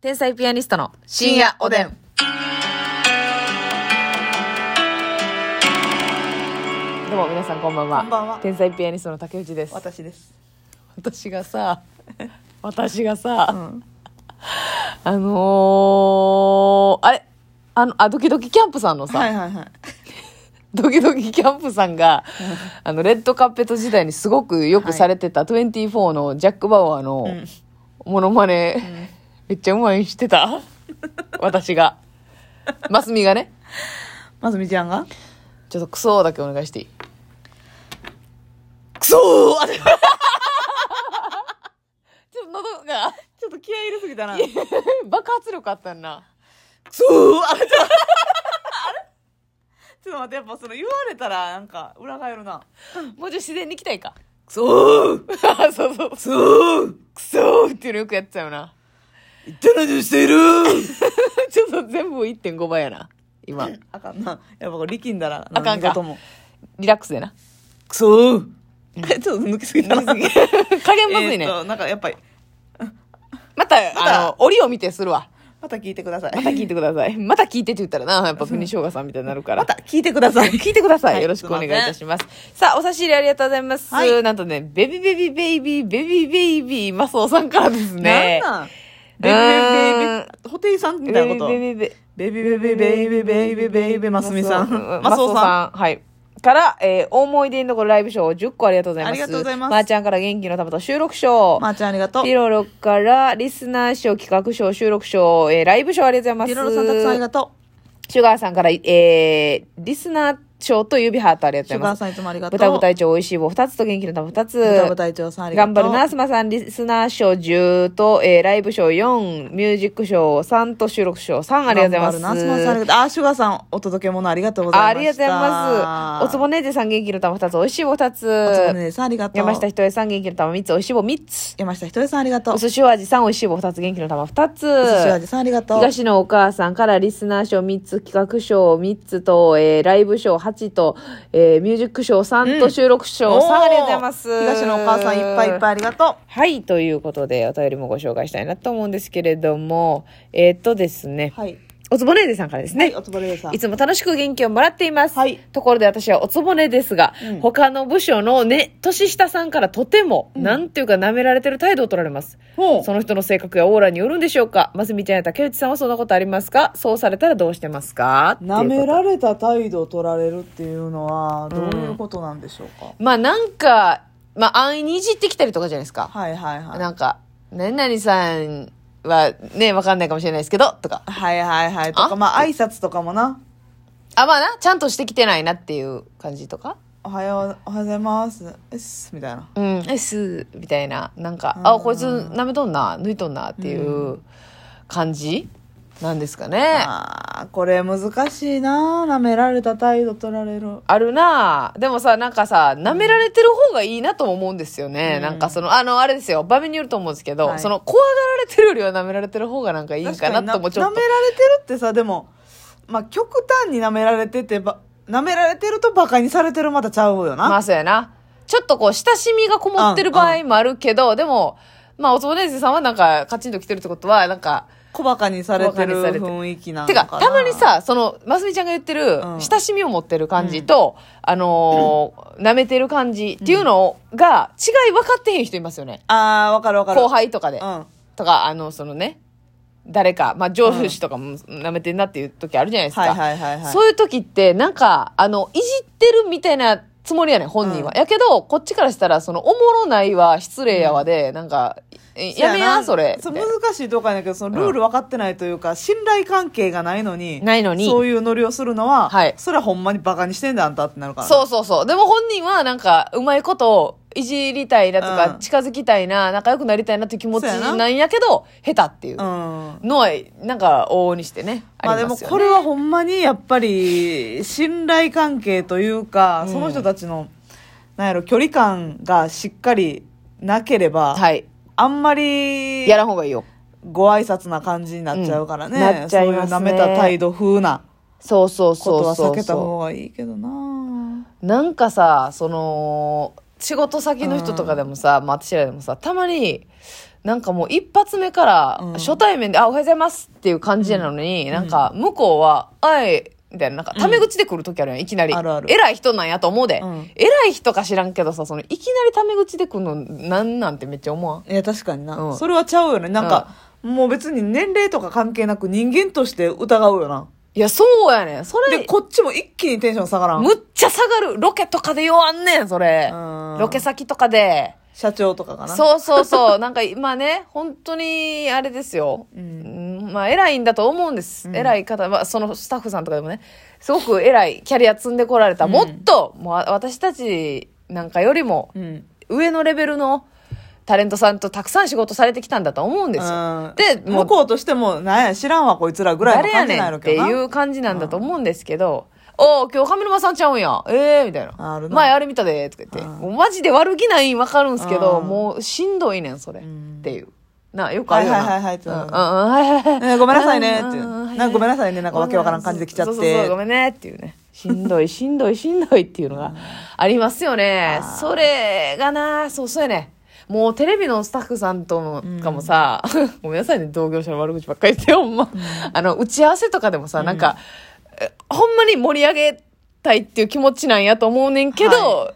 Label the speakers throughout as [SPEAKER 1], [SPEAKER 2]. [SPEAKER 1] 天才ピアニストの
[SPEAKER 2] 深夜おでん。
[SPEAKER 1] どうも皆さんこんばんは
[SPEAKER 2] こんばんは
[SPEAKER 1] 天才ピアニストの竹内です
[SPEAKER 2] 私です。
[SPEAKER 1] 私がさ 私がさ、
[SPEAKER 2] ん
[SPEAKER 1] あのー、あれあのあドキドキキャンプさんのさ、
[SPEAKER 2] はいはいはい。
[SPEAKER 1] ドキドキキャンプさんが、あのレッドカーペット時代にすごくよくされてた、24のジャック・バウアーの
[SPEAKER 2] ん
[SPEAKER 1] モノマネ、めっちゃうまいしてた 私がマスミがね
[SPEAKER 2] まずみちゃんが
[SPEAKER 1] ちょっとクソーだけお願いしていいクソーちょっと喉が
[SPEAKER 2] ちょっと気合い入れすぎたな。
[SPEAKER 1] 爆発力あったんな
[SPEAKER 2] くそーあれちょっとあれちょっと待って、やっぱその言われたらなんか裏返るな。
[SPEAKER 1] もうちょい自然に行きたいか
[SPEAKER 2] く そー
[SPEAKER 1] そうそう
[SPEAKER 2] くそー
[SPEAKER 1] クソーっていうのよくやってたよな
[SPEAKER 2] 一体何をしている
[SPEAKER 1] ちょっと全部1.5倍やな今
[SPEAKER 2] あかんな。やっぱこれ力んだら、
[SPEAKER 1] あかんか
[SPEAKER 2] 何事も。
[SPEAKER 1] リラックスで な
[SPEAKER 2] くそーちょっと抜きすぎたな。
[SPEAKER 1] 加減まずいね、
[SPEAKER 2] えーっとなんかやっぱり、
[SPEAKER 1] また
[SPEAKER 2] また
[SPEAKER 1] あの折を見てするわ
[SPEAKER 2] また聞いてください。
[SPEAKER 1] また聞いてください また聞いてって言ったらなやっぱ国生姜さんみたいになるから
[SPEAKER 2] また聞いてください。
[SPEAKER 1] 聞いてください、
[SPEAKER 2] はい
[SPEAKER 1] よろしくお願いいたしますさあお差し入れありがとうございます、
[SPEAKER 2] はい
[SPEAKER 1] なんとねベビベビベイビーベビベイビーマスオさんからですね
[SPEAKER 2] なんなんベビベビ
[SPEAKER 1] ーん
[SPEAKER 2] ベビホテイさんみたいなこと。
[SPEAKER 1] ベビベビ
[SPEAKER 2] ベイビーベイビーベイビーベイビーベイビーマスミさん。マ
[SPEAKER 1] マ
[SPEAKER 2] ス
[SPEAKER 1] ス
[SPEAKER 2] オ
[SPEAKER 1] オ
[SPEAKER 2] さん。
[SPEAKER 1] さんはいから、えー、大思い出に残るライブ賞10個ありがとうございます
[SPEAKER 2] ありがとうございます
[SPEAKER 1] まー、ちゃんから元気の玉と収録賞
[SPEAKER 2] まーちゃんありがとう。
[SPEAKER 1] ピロロからリスナー賞、企画賞、収録賞、えーライブ賞ありがとうござ
[SPEAKER 2] ピ
[SPEAKER 1] いま
[SPEAKER 2] ロ
[SPEAKER 1] す。
[SPEAKER 2] ロさんたくさんありがと
[SPEAKER 1] シュガーさんから、えーリスナー賞と指ハートありが
[SPEAKER 2] う。
[SPEAKER 1] と
[SPEAKER 2] シ
[SPEAKER 1] う
[SPEAKER 2] ュ
[SPEAKER 1] ございま
[SPEAKER 2] ガー
[SPEAKER 1] す
[SPEAKER 2] さ。んいつもありがとう。
[SPEAKER 1] 豚部隊長、美味しい棒2つと元気の玉2つ。
[SPEAKER 2] 豚部隊長さんありがと
[SPEAKER 1] 頑
[SPEAKER 2] う。
[SPEAKER 1] 張るナースマさん、リスナー賞10と、えーライブ賞4、ミュージック賞3と収録賞3ありがとうございます。
[SPEAKER 2] 頑張るナースマさんありがとう。あ、シュガーさんお届け物ありがとうございま
[SPEAKER 1] あ
[SPEAKER 2] す。
[SPEAKER 1] ありがとうございます。おつぼねでさん元気の玉2つ、美味しい棒2
[SPEAKER 2] おつ
[SPEAKER 1] つ。
[SPEAKER 2] ぼねさんありがとう。
[SPEAKER 1] 山下ひとえさん元気の玉3つ、美味しい棒3つ。
[SPEAKER 2] 山下ひとりさんありがとう。
[SPEAKER 1] お
[SPEAKER 2] 寿
[SPEAKER 1] 寿司お味さん、美味しい棒2つ、元気の玉2つ。
[SPEAKER 2] 司味さんありがとう。
[SPEAKER 1] 東のお母さんからリスナー賞3つ、企画賞3つと、えーライブ賞8と、えーミュージック賞3と収録賞3、
[SPEAKER 2] おー
[SPEAKER 1] ありがとうございます。
[SPEAKER 2] 東のお母さんいっぱいいっぱいありがと
[SPEAKER 1] はい、ということで、お便りもご紹介したいなと思うんですけれども、えーっとですね
[SPEAKER 2] う。、はい。
[SPEAKER 1] おつぼねーでさんからです
[SPEAKER 2] は
[SPEAKER 1] ね、
[SPEAKER 2] い、おつぼねさん
[SPEAKER 1] い。つも楽しく元気をもらっています。
[SPEAKER 2] はい
[SPEAKER 1] ところで私はおつぼねですが、
[SPEAKER 2] うん
[SPEAKER 1] 他の部署のね、年下さんからとても、なんというか舐められてる態度を取られます。
[SPEAKER 2] ほう
[SPEAKER 1] その人の性格やオーラによるんでしょうかますみちゃんや竹内さんはそんなことありますかそうされたらどうしてますか
[SPEAKER 2] 舐め
[SPEAKER 1] れ
[SPEAKER 2] られた態度を取られるっていうのは、どういうことなんでしょうか。
[SPEAKER 1] まあなんか、まあ安易にいじってきたりとかじゃないですか。
[SPEAKER 2] はいはいはい。
[SPEAKER 1] なんか、何々さんはね、わかんないかもしれないですけど、とか。
[SPEAKER 2] はいはいはい。と
[SPEAKER 1] あ
[SPEAKER 2] か、まあ、挨拶とかもな。
[SPEAKER 1] あ、まあな、ちゃんとしてきてないなっていう感じとか。
[SPEAKER 2] おはよう、おはようございます。うっす、みたいな。
[SPEAKER 1] うん、えっす、みたいな。なんか、
[SPEAKER 2] うん
[SPEAKER 1] あ、こいつ舐めとんな、抜いとんなっていう感じなんですかね。
[SPEAKER 2] あーこれ難しいな舐められた態度取られる。
[SPEAKER 1] あるなぁでもさ、なんかさ、舐められてる方がいいなとも思うんですよね。
[SPEAKER 2] うん
[SPEAKER 1] なんかその、あの、あれですよ、場面によると思うんですけど、
[SPEAKER 2] はい
[SPEAKER 1] その、怖がられてるよりは舐められてる方がなんかいいんかなともち
[SPEAKER 2] 確かに
[SPEAKER 1] ょ
[SPEAKER 2] な
[SPEAKER 1] っと
[SPEAKER 2] 舐めら。れてるってさ、でも、まあ、極端に舐められててば、舐められてるとバカにされてるまたちゃうよな。
[SPEAKER 1] まあそうやな。ちょっとこう、親しみがこもってる場合もあるけど、でも、まあ、おつぼねじさんはなんか、カチンと来てるってことは、なんか、
[SPEAKER 2] 小バカにされてる
[SPEAKER 1] 小バカにされて
[SPEAKER 2] 雰囲気なの
[SPEAKER 1] て
[SPEAKER 2] かな。
[SPEAKER 1] か、たまに、さ、その、ますみちゃんが言ってる
[SPEAKER 2] う、
[SPEAKER 1] 親
[SPEAKER 2] ん
[SPEAKER 1] しみを持ってる感じと、あのー 舐めてる感じっていうのが、違い分かってへん人いますよね。
[SPEAKER 2] あー、わかるわかる。
[SPEAKER 1] 後輩とかで。
[SPEAKER 2] うん。
[SPEAKER 1] とか、あの、そのね、誰か、まあ、上司とかも舐めてんなっていう時あるじゃないです
[SPEAKER 2] はい
[SPEAKER 1] か。
[SPEAKER 2] はいはいはい。
[SPEAKER 1] そういう時って、なんか、あの、いじってるみたいなつもりやねん、本人は。
[SPEAKER 2] う
[SPEAKER 1] やけど、こっちからしたら、その、おもろないわ、失礼やわで、なんか、えやめ
[SPEAKER 2] う
[SPEAKER 1] や、
[SPEAKER 2] な
[SPEAKER 1] それ。
[SPEAKER 2] そう
[SPEAKER 1] みたいな
[SPEAKER 2] 難しいとこやねんけど、そのルール分かってないというか、信頼関係がないのに、
[SPEAKER 1] ないのに
[SPEAKER 2] そういうノリをするのは、
[SPEAKER 1] はい
[SPEAKER 2] それはほんまにバカにしてんだあんたってなるからね、
[SPEAKER 1] そうそうそう。でも本人は、なんか、うまいことを、いじりたいなとか、
[SPEAKER 2] うん
[SPEAKER 1] 近づきたいな、仲良くなりたいなっていう気持ち
[SPEAKER 2] そうやな
[SPEAKER 1] なんやけど、下手っていう
[SPEAKER 2] うん。
[SPEAKER 1] うのは、なんか、往々にしてね。
[SPEAKER 2] まあ
[SPEAKER 1] あり
[SPEAKER 2] で
[SPEAKER 1] ま
[SPEAKER 2] も
[SPEAKER 1] すよね
[SPEAKER 2] これはほんまにやっぱり、信頼関係というか、その人たちの、なんやろ、距離感がしっかりなければ、
[SPEAKER 1] はい。
[SPEAKER 2] あんまり、
[SPEAKER 1] やらんほうがいいよ。
[SPEAKER 2] ご挨拶な感じになっちゃうからね。
[SPEAKER 1] うんなっちゃいますね
[SPEAKER 2] そういう舐めた態度風な
[SPEAKER 1] そうそう
[SPEAKER 2] こ
[SPEAKER 1] そう
[SPEAKER 2] と
[SPEAKER 1] そう
[SPEAKER 2] は
[SPEAKER 1] そう
[SPEAKER 2] 避けた方がいいけどな
[SPEAKER 1] なんかさその仕事先の人とかでもさ、まあ私らでもさたまになんかもう一発目から
[SPEAKER 2] うん
[SPEAKER 1] 初対面で「あおはようございます」っていう感じなのに、なんか向こうは「あい」みたいななんかタメ口で来る時あるやん、いきなり
[SPEAKER 2] あるある
[SPEAKER 1] 偉い人なんやと思うで、
[SPEAKER 2] うん
[SPEAKER 1] 偉い人か知らんけどさそのいきなりタメ口で来るのなんなんてめっちゃ思わん
[SPEAKER 2] いや確かにな、
[SPEAKER 1] うん
[SPEAKER 2] それはちゃうよねなんか、もう別に年齢とか関係なく人間として疑うよない
[SPEAKER 1] やそうやねんそれ
[SPEAKER 2] でこっちも一気にテンション下がらん
[SPEAKER 1] むっちゃ下がるロケとかでようあんねんそれ
[SPEAKER 2] うん
[SPEAKER 1] ロケ先とかで
[SPEAKER 2] 社長とかかな
[SPEAKER 1] そうそうそうなんかまあね本当にあれですよ、うんまあ偉いんだと思うんです、偉い方、まあ、そのスタッフさんとかでもねすごく偉いキャリア積んでこられた、もっともうあ私たちなんかよりも
[SPEAKER 2] うん、うん
[SPEAKER 1] 上のレベルのタレントさんとたくさん仕事されてきたんだと思うんですよ、でもう
[SPEAKER 2] 向こうとしてもなんや知らんわこいつらぐらいの
[SPEAKER 1] 誰や
[SPEAKER 2] 感じ
[SPEAKER 1] ね
[SPEAKER 2] なんや
[SPEAKER 1] ん
[SPEAKER 2] ろ
[SPEAKER 1] っ
[SPEAKER 2] うけ
[SPEAKER 1] て
[SPEAKER 2] どないいう
[SPEAKER 1] 感じなんだと思うんですけど、おお今日上沼さんちゃうんやええみたいな
[SPEAKER 2] あるな
[SPEAKER 1] 前あれ見たでとか言って
[SPEAKER 2] うん
[SPEAKER 1] もうマジで悪気ないん分かるんすけど
[SPEAKER 2] うん
[SPEAKER 1] もうしんどいねんそれっ
[SPEAKER 2] ん
[SPEAKER 1] ていうなよくあるよな
[SPEAKER 2] はいはいはいはいって
[SPEAKER 1] うんう
[SPEAKER 2] なんる
[SPEAKER 1] うんはいはいはい
[SPEAKER 2] えーごめんなさいねって
[SPEAKER 1] うんうんうんはい
[SPEAKER 2] なんかごめんなさいねなんかわけわからん感じで来ちゃって
[SPEAKER 1] そうそうそうごめんねっていうねしんどいしんどいしんどいっていうのがありますよね
[SPEAKER 2] あー
[SPEAKER 1] それがなそうそうやねもうテレビのスタッフさんともかもさ、ごめんなさいね同業者の悪口ばっかり言ってほんま、あの打ち合わせとかでもさ、なんかえほんまに盛り上げたいっていう気持ちなんやと思うねんけど、
[SPEAKER 2] は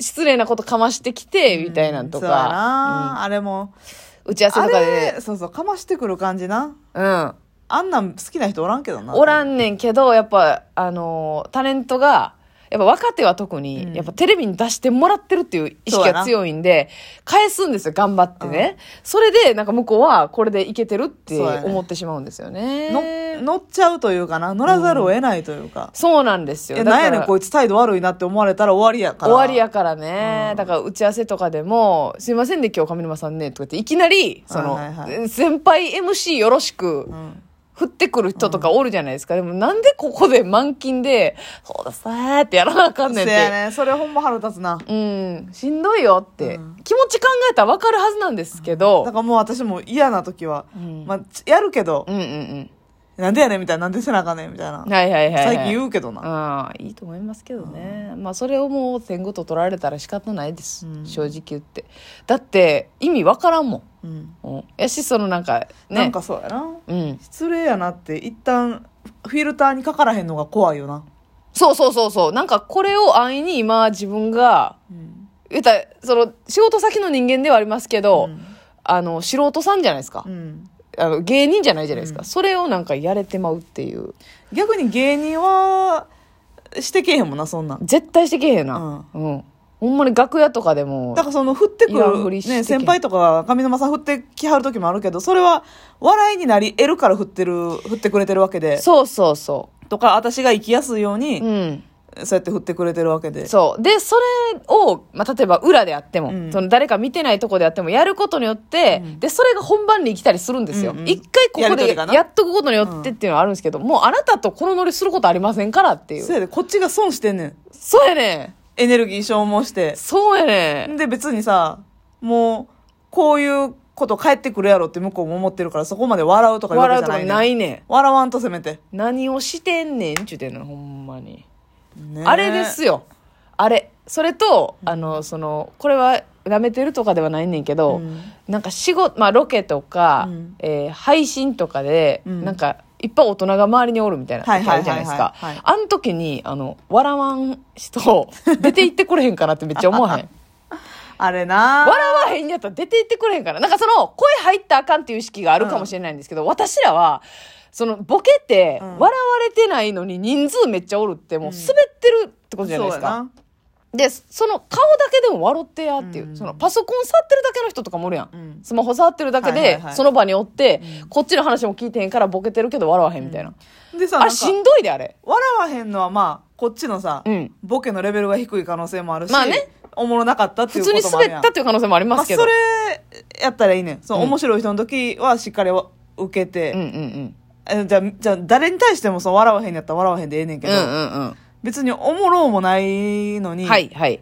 [SPEAKER 1] 失礼なことかましてきてみたいなんと
[SPEAKER 2] そうや
[SPEAKER 1] か、
[SPEAKER 2] な、あれも
[SPEAKER 1] うん打ち合わせ
[SPEAKER 2] あ
[SPEAKER 1] とかで
[SPEAKER 2] れそうそうかましてくる感じな
[SPEAKER 1] うん
[SPEAKER 2] あんなん好きな人おらんけどな
[SPEAKER 1] おらんねんけど、やっぱ、あのータレントが、やっぱ若手は特に、
[SPEAKER 2] うん
[SPEAKER 1] やっぱテレビに出してもらってるっていう意
[SPEAKER 2] そう
[SPEAKER 1] 識
[SPEAKER 2] や
[SPEAKER 1] が
[SPEAKER 2] な
[SPEAKER 1] 強いんで、返すんですよ、頑張ってね。それで、なんか向こうは、これでいけてるって
[SPEAKER 2] そうやね
[SPEAKER 1] 思ってしまうんですよね。
[SPEAKER 2] の乗っちゃうというかな乗らざるを得ないというか、
[SPEAKER 1] そうなんです
[SPEAKER 2] い
[SPEAKER 1] よ。
[SPEAKER 2] や
[SPEAKER 1] だか
[SPEAKER 2] なん
[SPEAKER 1] ら
[SPEAKER 2] やねんこいつ態度悪いなって思われたら終わりやから
[SPEAKER 1] 終わりやからね、
[SPEAKER 2] うん
[SPEAKER 1] だから打ち合わせとかでも「すいませんね今日上沼さんね」とかっていきなりその、
[SPEAKER 2] はいはい
[SPEAKER 1] 先輩 MC よろしく
[SPEAKER 2] うん
[SPEAKER 1] 降ってくる人とかおるじゃないですか、でもなんでここで満勤で「そうださー」ってやらなあかんねんっ
[SPEAKER 2] せ
[SPEAKER 1] て、
[SPEAKER 2] やねそれほんま腹立つな
[SPEAKER 1] うんしんどいよって、
[SPEAKER 2] うん
[SPEAKER 1] 気持ち考えたら分かるはずなんですけ
[SPEAKER 2] だ
[SPEAKER 1] ど、
[SPEAKER 2] からもう私も嫌な時は、
[SPEAKER 1] ん
[SPEAKER 2] まあ、ちやるけど、
[SPEAKER 1] うん、うんうん
[SPEAKER 2] なんでやねんみたいななんでせなあかんねんみたいな、
[SPEAKER 1] はいはいはい、はい、
[SPEAKER 2] 最近言うけどな、
[SPEAKER 1] ああいいと思いますけどね、まあそれをもう天狗と取られたら仕方ないです、
[SPEAKER 2] うん
[SPEAKER 1] 正直言ってだって意味分からんもん
[SPEAKER 2] うん
[SPEAKER 1] うん、やしそのなんかね
[SPEAKER 2] なんかそうやな
[SPEAKER 1] うん、
[SPEAKER 2] 失礼やなって一旦フィルターにかからへんのが怖いよな、
[SPEAKER 1] そうそうそうそうなんかこれを安易に今自分が
[SPEAKER 2] うん
[SPEAKER 1] 言ったらその仕事先の人間ではありますけど、
[SPEAKER 2] うん
[SPEAKER 1] あの素人さんじゃないですか、
[SPEAKER 2] うん
[SPEAKER 1] あの芸人じゃないじゃないですか、それをなんかやれてまうっていう
[SPEAKER 2] 逆に芸人はしてけえへんもんなそんなん
[SPEAKER 1] 絶対してけえへんなうん、ほんまに楽屋とかでも
[SPEAKER 2] だからその振ってく
[SPEAKER 1] いらんふ
[SPEAKER 2] る、
[SPEAKER 1] りしてけ
[SPEAKER 2] ね、先輩とか上沼さん振ってきはる時もあるけどそれは笑いになり得るから振ってる振ってくれてるわけで
[SPEAKER 1] そうそうそ
[SPEAKER 2] とか私が生きやすいように、
[SPEAKER 1] ううん
[SPEAKER 2] そうやって振ってくれてるわけで
[SPEAKER 1] そうでそれを、まあ、例えば裏であっても、
[SPEAKER 2] うん
[SPEAKER 1] その誰か見てないとこであってもやることによって、でそれが本番に来たりするんですよ、
[SPEAKER 2] うんうん
[SPEAKER 1] 一回ここ
[SPEAKER 2] やりと
[SPEAKER 1] で
[SPEAKER 2] りがな
[SPEAKER 1] やっとくことによってっていうのはあるんですけど、もうあなたとこのノリすることありませんからっていう
[SPEAKER 2] そうやでこっちが損してんねん
[SPEAKER 1] そうやね
[SPEAKER 2] エネルギー消耗して
[SPEAKER 1] んそうやねん
[SPEAKER 2] で別にさもうこういうこと返ってくるやろって向こうも思ってるからそこまで笑うとか言うわ
[SPEAKER 1] 笑
[SPEAKER 2] け
[SPEAKER 1] う
[SPEAKER 2] じ
[SPEAKER 1] と
[SPEAKER 2] ゃな
[SPEAKER 1] か
[SPEAKER 2] いねん
[SPEAKER 1] ないね
[SPEAKER 2] 笑わんとせめて、
[SPEAKER 1] ん何をしてんねんちゅうてんのほんまに
[SPEAKER 2] ね
[SPEAKER 1] あれですよ。あれ。それと、あの、その、これは舐めてるとかではないねんけど、
[SPEAKER 2] うん
[SPEAKER 1] なんか仕事、まあロケとか、
[SPEAKER 2] うん
[SPEAKER 1] えー配信とかで、
[SPEAKER 2] うん
[SPEAKER 1] なんか、いっぱい大人が周りにおるみたいな時あるじゃないですか
[SPEAKER 2] はいはいはいはいはい。
[SPEAKER 1] あの時に、あの、笑わん人、出て行ってくれへんかなってめっちゃ思わ へん。
[SPEAKER 2] あれな
[SPEAKER 1] 笑わへんやったら出て行ってくれへんから。なんかその、声入ったらあかんっていう意識があるかもしれないんですけど、私らは、その、ボケて、
[SPEAKER 2] う
[SPEAKER 1] 笑
[SPEAKER 2] ん
[SPEAKER 1] われてないのに人数めっちゃおるって、もう滑ってるってことじゃないですか。でその顔だけでも笑ってやっていう、
[SPEAKER 2] うん
[SPEAKER 1] そのパソコン触ってるだけの人とかもおるやん、
[SPEAKER 2] うん
[SPEAKER 1] スマホ触ってるだけで、
[SPEAKER 2] はいはいはい
[SPEAKER 1] その場におって、こっちの話も聞いてへんからボケてるけど笑わへんみたいな、
[SPEAKER 2] そうやなでさ
[SPEAKER 1] あ
[SPEAKER 2] なん
[SPEAKER 1] れ
[SPEAKER 2] か
[SPEAKER 1] しんどいであれ
[SPEAKER 2] 笑わへんのはまあこっちのさ、
[SPEAKER 1] うん
[SPEAKER 2] ボケのレベルが低い可能性もあるし、
[SPEAKER 1] まあね
[SPEAKER 2] おもろなかったって
[SPEAKER 1] 普
[SPEAKER 2] いう
[SPEAKER 1] 通に
[SPEAKER 2] こともあ
[SPEAKER 1] 滑
[SPEAKER 2] るや
[SPEAKER 1] っ
[SPEAKER 2] ん
[SPEAKER 1] たっていう可能性もありますけど、
[SPEAKER 2] まあ、それやったらいいねんそう、
[SPEAKER 1] うん
[SPEAKER 2] 面白い人の時はしっかりわ受けて、
[SPEAKER 1] うんうんうん
[SPEAKER 2] えじゃあじゃあ誰に対してもそう笑わへんやったら笑わへんでええねんけ
[SPEAKER 1] うん
[SPEAKER 2] ど、
[SPEAKER 1] うんうん
[SPEAKER 2] 別におもろうもないのに、
[SPEAKER 1] はいはい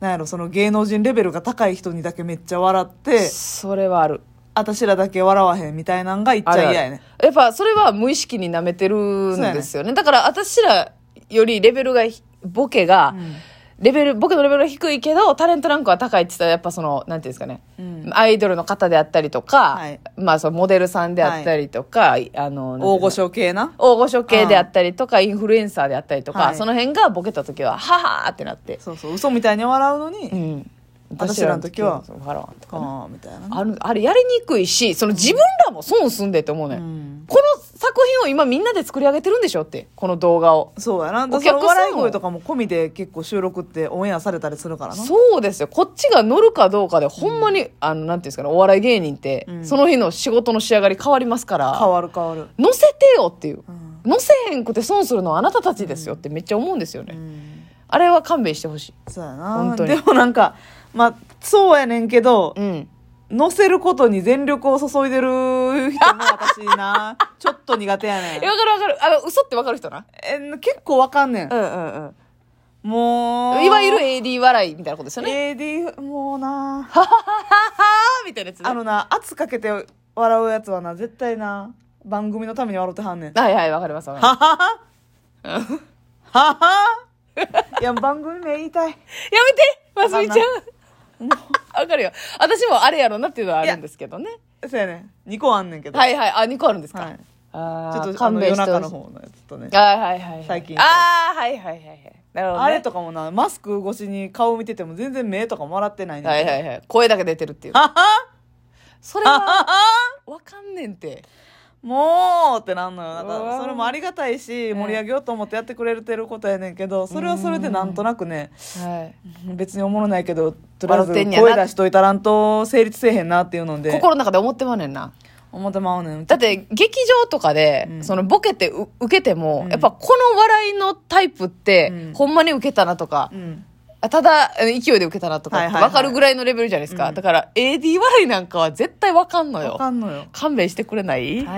[SPEAKER 2] なんやろその芸能人レベルが高い人にだけめっちゃ笑って
[SPEAKER 1] それはある
[SPEAKER 2] 私らだけ笑わへんみたいなんがいっち
[SPEAKER 1] あるあ
[SPEAKER 2] ゃ
[SPEAKER 1] る
[SPEAKER 2] 嫌やねん
[SPEAKER 1] やっぱそれは無意識に舐めてるんですよねだから私らよりレベルがひボケが、
[SPEAKER 2] うん
[SPEAKER 1] レベル、僕のレベルは低いけど、タレントランクは高いって言ったら、やっぱその、なんていうんですかね、
[SPEAKER 2] うん
[SPEAKER 1] アイドルの方であったりとか、
[SPEAKER 2] はい
[SPEAKER 1] まあ、そのモデルさんであったりとか、あの、なんていうの
[SPEAKER 2] 大御。所系な。
[SPEAKER 1] 大御所系であったりとか、インフルエンサーであったりとか、
[SPEAKER 2] はい
[SPEAKER 1] その辺がボケた時は、ははーってなって。
[SPEAKER 2] そうそう、嘘みたいに笑うのに、
[SPEAKER 1] うん。
[SPEAKER 2] 私らの時は
[SPEAKER 1] 私らの時笑わんとかね、
[SPEAKER 2] ああ、みたいな。
[SPEAKER 1] あるあれやりにくいし、その自分らも損すんでって思うね、。
[SPEAKER 2] うんん
[SPEAKER 1] この作品を今みんなで作り上げてるんでしょって、この動画を。
[SPEAKER 2] そうやな。
[SPEAKER 1] お客
[SPEAKER 2] だ
[SPEAKER 1] さん
[SPEAKER 2] か
[SPEAKER 1] を
[SPEAKER 2] ら笑い声とかも込みで結構収録ってオンエアされたりするからな。
[SPEAKER 1] そうですよ。こっちが乗るかどうかで、ほんまに、あの、なんていうんですかね、お笑い芸人って、
[SPEAKER 2] うん
[SPEAKER 1] その日の仕事の仕上がり変わりますから、
[SPEAKER 2] 変わる変わる。
[SPEAKER 1] 乗せてよっていう。
[SPEAKER 2] うん
[SPEAKER 1] 乗せへんくて損するのはあなたたちですよってめっちゃ思うんですよね。あれは勘弁してほしい。
[SPEAKER 2] そうや
[SPEAKER 1] 本
[SPEAKER 2] な。
[SPEAKER 1] 当に
[SPEAKER 2] でもなんか、まあ、そうやねんけど、
[SPEAKER 1] うん。
[SPEAKER 2] 乗せることに全力を注いでる人も私な、 ちょっと苦手やねん
[SPEAKER 1] え、。わかるわかる。あの、嘘ってわかる人な。
[SPEAKER 2] え結構わかんねん
[SPEAKER 1] う。んうん
[SPEAKER 2] も
[SPEAKER 1] う
[SPEAKER 2] う。
[SPEAKER 1] ん。いわゆる AD 笑いみたいなことですよね。
[SPEAKER 2] AD、もうな。
[SPEAKER 1] あーみたいなやつね。
[SPEAKER 2] あのな、圧かけて笑うやつはな、絶対な、番組のために笑ってはんねん。
[SPEAKER 1] はいはい、わかりますわかります
[SPEAKER 2] はははははいや、番組名言いたい。
[SPEAKER 1] やめてますみちゃ
[SPEAKER 2] も
[SPEAKER 1] ん。わかるよ。私もあれやろなっていうのはあるんですけどね。
[SPEAKER 2] う、そうやねん。2個あんねんけど。
[SPEAKER 1] はいはい。あ、2個あるんですか。
[SPEAKER 2] はい
[SPEAKER 1] あ
[SPEAKER 2] ち
[SPEAKER 1] ー
[SPEAKER 2] ょっと、あ
[SPEAKER 1] 勘
[SPEAKER 2] の、
[SPEAKER 1] 弁
[SPEAKER 2] 夜
[SPEAKER 1] してほ
[SPEAKER 2] 中の
[SPEAKER 1] しい。
[SPEAKER 2] 方のやつとね。
[SPEAKER 1] はいはいはいはい。
[SPEAKER 2] 最近
[SPEAKER 1] ああ、はいはいはいはい。なるほど、ね。
[SPEAKER 2] あれとかもな、マスク越しに顔見てても全然目とかも笑ってないねんけど。
[SPEAKER 1] はいはいはい。声だけ出てるっていう。
[SPEAKER 2] はは
[SPEAKER 1] それ
[SPEAKER 2] は
[SPEAKER 1] は、
[SPEAKER 2] は
[SPEAKER 1] わかんねんて。
[SPEAKER 2] もうってなんのよだから
[SPEAKER 1] うわー
[SPEAKER 2] それもありがたいし盛り上げようと思ってやってくれてることやねんけどそれはそれでなんとなくね
[SPEAKER 1] はい。
[SPEAKER 2] 別におもろないけどとりあえ
[SPEAKER 1] 笑
[SPEAKER 2] ず
[SPEAKER 1] ってんやな
[SPEAKER 2] 声出しといたらんと成立せえへんなっていうので
[SPEAKER 1] 心の中で思ってまうねんな。
[SPEAKER 2] 思ってまうねん
[SPEAKER 1] だって、劇場とかで、
[SPEAKER 2] うん
[SPEAKER 1] その、ボケてう受けても、
[SPEAKER 2] うん
[SPEAKER 1] やっぱこの笑いのタイプって、
[SPEAKER 2] うん
[SPEAKER 1] ほんまに受けたなとか
[SPEAKER 2] う、ん
[SPEAKER 1] あただ、え勢いで受けたなとか、
[SPEAKER 2] はい
[SPEAKER 1] わ
[SPEAKER 2] はいはい
[SPEAKER 1] かるぐらいのレベルじゃないですか。だから、AD 笑いなんかは絶対わかんの
[SPEAKER 2] わ
[SPEAKER 1] よ。
[SPEAKER 2] かんのよ
[SPEAKER 1] 勘弁してくれない
[SPEAKER 2] はい